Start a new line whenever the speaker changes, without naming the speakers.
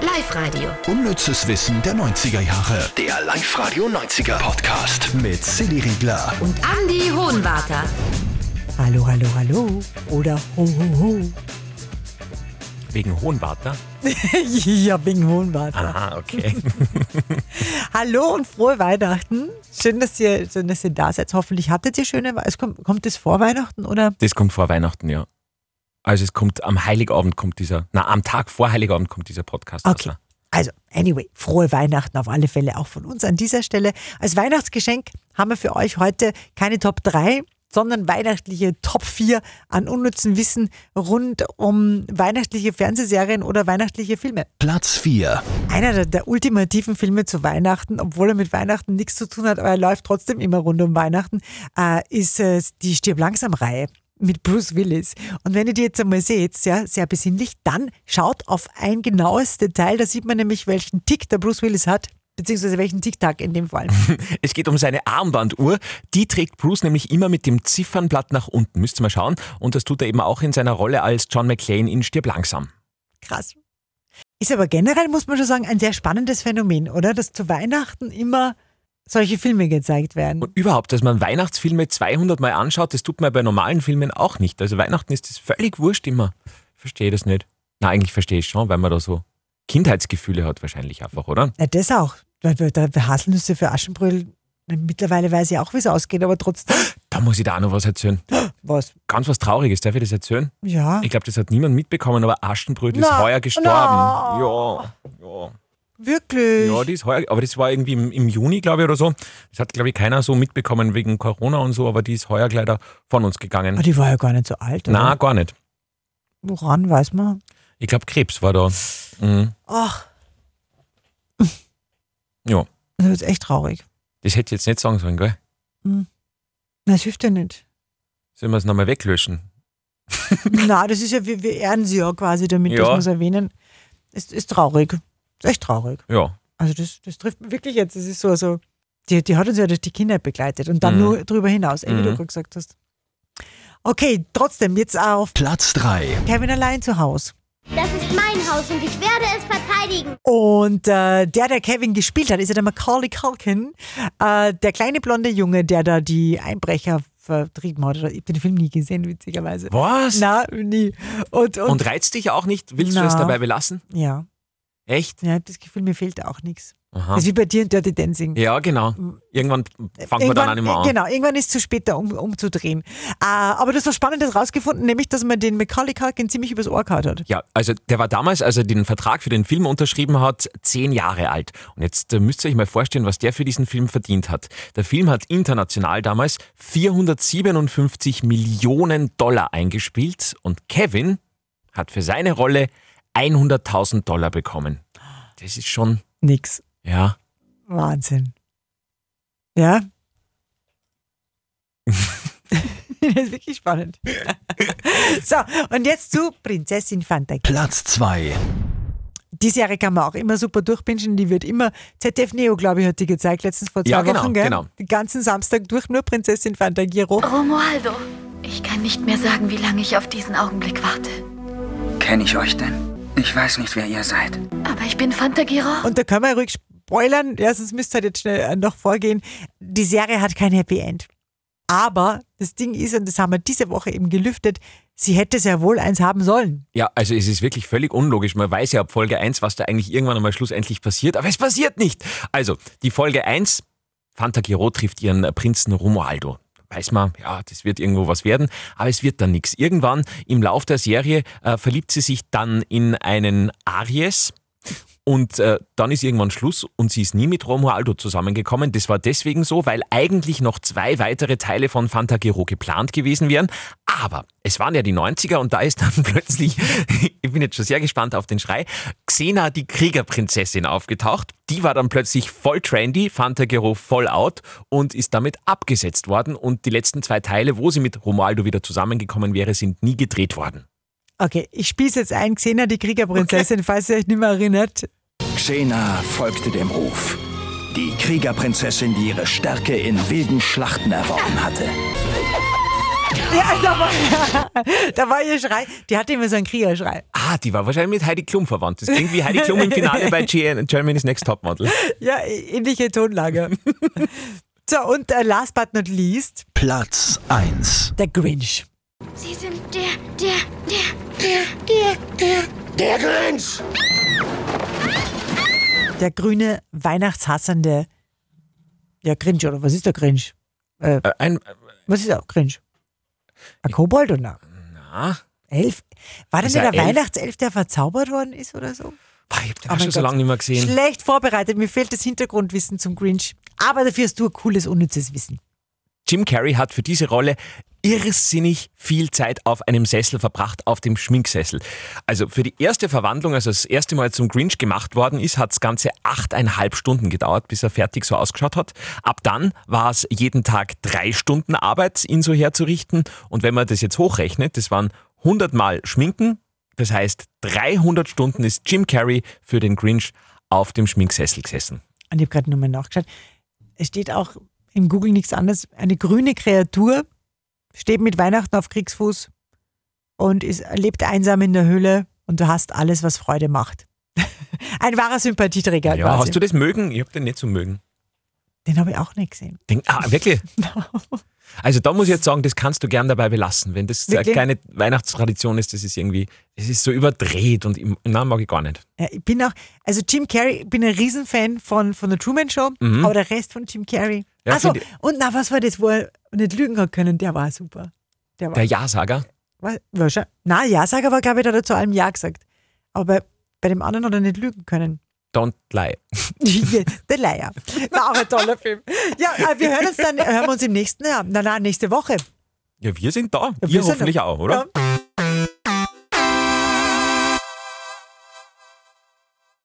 Live-Radio.
Unnützes Wissen der 90er Jahre.
Der Live-Radio 90er Podcast.
Mit Silly Riegler.
Und Andy Hohenwarter.
Hallo, hallo, hallo. Oder ho, ho, ho.
Wegen Hohenwarter?
ja, wegen Hohenwarter.
Aha, okay.
Hallo und frohe Weihnachten. Schön, dass ihr, schön, dass ihr da seid. Hoffentlich hattet ihr schöne Weihnachten. Kommt, kommt das vor Weihnachten oder?
Das kommt vor Weihnachten, ja. Also es kommt am Heiligabend kommt dieser, na am Tag vor Heiligabend kommt dieser Podcast.
Okay.
raus, ne?
Also, anyway, frohe Weihnachten auf alle Fälle auch von uns an dieser Stelle. Als Weihnachtsgeschenk haben wir für euch heute keine Top 3, sondern weihnachtliche Top 4 an unnützem Wissen rund um weihnachtliche Fernsehserien oder weihnachtliche Filme.
Platz 4.
Einer der, der ultimativen Filme zu Weihnachten, obwohl er mit Weihnachten nichts zu tun hat, aber er läuft trotzdem immer rund um Weihnachten, äh, ist äh, die Stirb langsam Reihe mit Bruce Willis. Und wenn ihr die jetzt einmal seht, ja, sehr besinnlich, dann schaut auf ein genaues Detail, da sieht man nämlich, welchen Tick der Bruce Willis hat, beziehungsweise welchen Tick-Tack in dem Fall.
Es geht um seine Armbanduhr. Die trägt Bruce nämlich immer mit dem Ziffernblatt nach unten. Müsst ihr mal schauen. Und das tut er eben auch in seiner Rolle als John McClane in Stirb langsam.
Krass. Ist aber generell, muss man schon sagen, ein sehr spannendes Phänomen, oder? Dass zu Weihnachten immer solche Filme gezeigt werden.
Und überhaupt, dass man Weihnachtsfilme 200 Mal anschaut, das tut man bei normalen Filmen auch nicht. Also Weihnachten ist das völlig wurscht immer. Verstehe das nicht. Na, eigentlich verstehe ich schon, weil man da so Kindheitsgefühle hat wahrscheinlich einfach, oder?
Na, das auch. Da, da, da Haselnüsse für Aschenbrödel. Mittlerweile weiß ich auch, wie es ausgeht, aber trotzdem.
Da muss ich da auch noch was erzählen.
Was?
Ganz was Trauriges, darf ich das erzählen?
Ja.
Ich glaube, das hat niemand mitbekommen, aber Aschenbrödel ist
Na,
heuer gestorben.
na.
Ja, ja.
Wirklich?
Ja, die ist heuer, aber das war irgendwie im, im Juni, glaube ich, oder so. Das hat, glaube ich, keiner so mitbekommen wegen Corona und so, aber die ist heuer leider von uns
Ah,
gegangen.
die war ja gar nicht so alt. oder?
Na, gar nicht.
Woran weiß man?
Ich glaube, Krebs war da. Mhm.
Ach,
Ja,
das ist echt traurig.
das hätte ich jetzt nicht sagen sollen, gell?
Na, Das hilft ja nicht.
Sollen wir es nochmal weglöschen?
Na, das ist ja, wir, wir ehren sie ja quasi damit,
Ja.
dass wir es erwähnen. Ist, ist traurig. Ist echt traurig.
Ja.
Also das, das trifft mich wirklich jetzt. Das ist so, so die, die hat uns ja durch die Kinder begleitet und dann
Mhm.
nur drüber hinaus, eh, wie du
Mhm.
gerade gesagt hast. Okay, trotzdem, jetzt auf
Platz 3.
Kevin allein zu Hause.
Das ist mein Haus und ich werde es verteidigen.
Und äh, der, der Kevin gespielt hat, ist ja der Macaulay Culkin, äh, der kleine blonde Junge, der da die Einbrecher vertrieben hat. Oder- Ich habe den Film nie gesehen, witzigerweise.
Was?
Na, nie. Und, und,
Und reizt dich auch nicht? Willst du es
Na.
dabei belassen?
ja,
Echt?
ja, ich habe das Gefühl, mir fehlt da auch nichts.
Aha.
Das ist wie bei dir in Dirty Dancing.
Ja, genau. Irgendwann fangen wir dann auch nicht mehr an.
Genau, irgendwann ist es zu spät, da um, umzudrehen. Äh, aber das war spannend, das rausgefunden, nämlich, dass man den Macaulay Culkin ziemlich übers Ohr gehauen hat.
Ja, also der war damals, als er den Vertrag für den Film unterschrieben hat, zehn Jahre alt. Und jetzt äh, müsst ihr euch mal vorstellen, was der für diesen Film verdient hat. Der Film hat international damals 457 Millionen Dollar eingespielt und Kevin hat für seine Rolle 100.000 Dollar bekommen. Das ist schon,
Nix.
ja.
Wahnsinn. Ja? das ist wirklich spannend. so, und jetzt zu Prinzessin Fantagie.
Platz 2.
Die Serie kann man auch immer super durchpinschen, die wird immer, ZDF Neo, glaube ich, hat die gezeigt, letztens vor zwei
Ja, genau,
Wochen, gell?
genau.
Den ganzen Samstag durch, nur Prinzessin Fantagie hoch.
Romualdo, ich kann nicht mehr sagen, wie lange ich auf diesen Augenblick warte.
Kenne ich euch denn? Ich weiß nicht, wer ihr seid.
Aber ich bin Fantagiro.
Und da können wir ruhig spoilern, ja, sonst müsst ihr halt jetzt schnell äh, noch vorgehen. Die Serie hat kein Happy End. Aber das Ding ist, und das haben wir diese Woche eben gelüftet, sie hätte sehr wohl eins haben sollen.
Ja, also es ist wirklich völlig unlogisch. Man weiß ja ab Folge 1, was da eigentlich irgendwann einmal schlussendlich passiert, aber es passiert nicht. Also, die Folge 1, Fantagiro trifft ihren äh, Prinzen Romualdo. Weiß man, ja, das wird irgendwo was werden, aber es wird dann nichts. Irgendwann im Lauf der Serie äh, verliebt sie sich dann in einen Aries. Und äh, dann ist irgendwann Schluss und sie ist nie mit Romualdo zusammengekommen. Das war deswegen so, weil eigentlich noch zwei weitere Teile von Fantagiro geplant gewesen wären. Aber es waren ja die 90er und da ist dann plötzlich, ich bin jetzt schon sehr gespannt auf den Schrei, Xena, die Kriegerprinzessin, aufgetaucht. Die war dann plötzlich voll trendy, Fantagiro voll out und ist damit abgesetzt worden. Und die letzten zwei Teile, wo sie mit Romualdo wieder zusammengekommen wäre, sind nie gedreht worden.
Okay, ich spieße jetzt ein, Xena, die Kriegerprinzessin, falls ihr euch nicht mehr erinnert.
Xena folgte dem Ruf. Die Kriegerprinzessin, die ihre Stärke in wilden Schlachten erworben hatte.
Ja, da war, da war ihr Schrei. Die hatte immer so einen Kriegerschrei.
Ah, die war wahrscheinlich mit Heidi Klum verwandt. Das klingt wie Heidi Klum im Finale bei GN Germany's Next Topmodel.
Ja, ähnliche Tonlage. so, und äh, last but not least,
Platz 1.
der Grinch.
Sie sind der, der, der.
Der grüne, weihnachtshassende. Ja, Grinch, oder was ist der Grinch?
Äh, Ein,
Was ist der Grinch? Ein Kobold oder?
na,
Elf? War das
Ist
nicht
er
der
elf?
Weihnachtself, der verzaubert worden ist oder so?
boah, ich hab
Oh
den auch
mein
schon so
Gott.
lange nicht mehr gesehen.
Schlecht vorbereitet, mir fehlt das Hintergrundwissen zum Grinch. Aber dafür hast du ein cooles, unnützes Wissen.
Jim Carrey hat für diese Rolle irrsinnig viel Zeit auf einem Sessel verbracht, auf dem Schminksessel. Also für die erste Verwandlung, als er das erste Mal zum Grinch gemacht worden ist, hat es ganze achteinhalb Stunden gedauert, bis er fertig so ausgeschaut hat. Ab dann war es jeden Tag drei Stunden Arbeit, ihn so herzurichten. Und wenn man das jetzt hochrechnet, das waren 100 Mal Schminken, das heißt 300 Stunden ist Jim Carrey für den Grinch auf dem Schminksessel gesessen.
Und ich habe gerade nochmal nachgeschaut. Es steht auch im Google nichts anderes. Eine grüne Kreatur steht mit Weihnachten auf Kriegsfuß und ist, lebt einsam in der Höhle und du hast alles, was Freude macht. Ein wahrer Sympathieträger.
Ja,
quasi.
hast du das mögen? Ich hab den nicht so mögen.
Den habe ich auch nicht gesehen.
Denk, ah, wirklich? Also da muss ich jetzt sagen, das kannst du gern dabei belassen. Wenn das
Wirklich?
äh, keine Weihnachtstradition ist, das ist irgendwie, es ist so überdreht und im, nein, mag ich gar nicht.
Ja, ich bin auch, also Jim Carrey, ich bin ein Riesenfan von, von der Truman Show, aber der Rest von Jim Carrey.
Mhm. Ja,
Achso,
find ich-
und na, was war das, wo er nicht lügen hat können? Der war super. Der war,
Der Ja-Sager,
war, war schon, na, Ja-Sager war, glaube ich, da hat er zu allem Ja gesagt. Aber bei, bei dem anderen hat er nicht lügen können.
don't lie.
der Leier. Na, aber toller Film. Ja, äh, wir hören uns dann, hören wir uns im nächsten Jahr. Na, na, nächste Woche.
Ja, wir sind da.
Ja, wir
Ihr
sind
hoffentlich
da.
auch, oder?
Ja.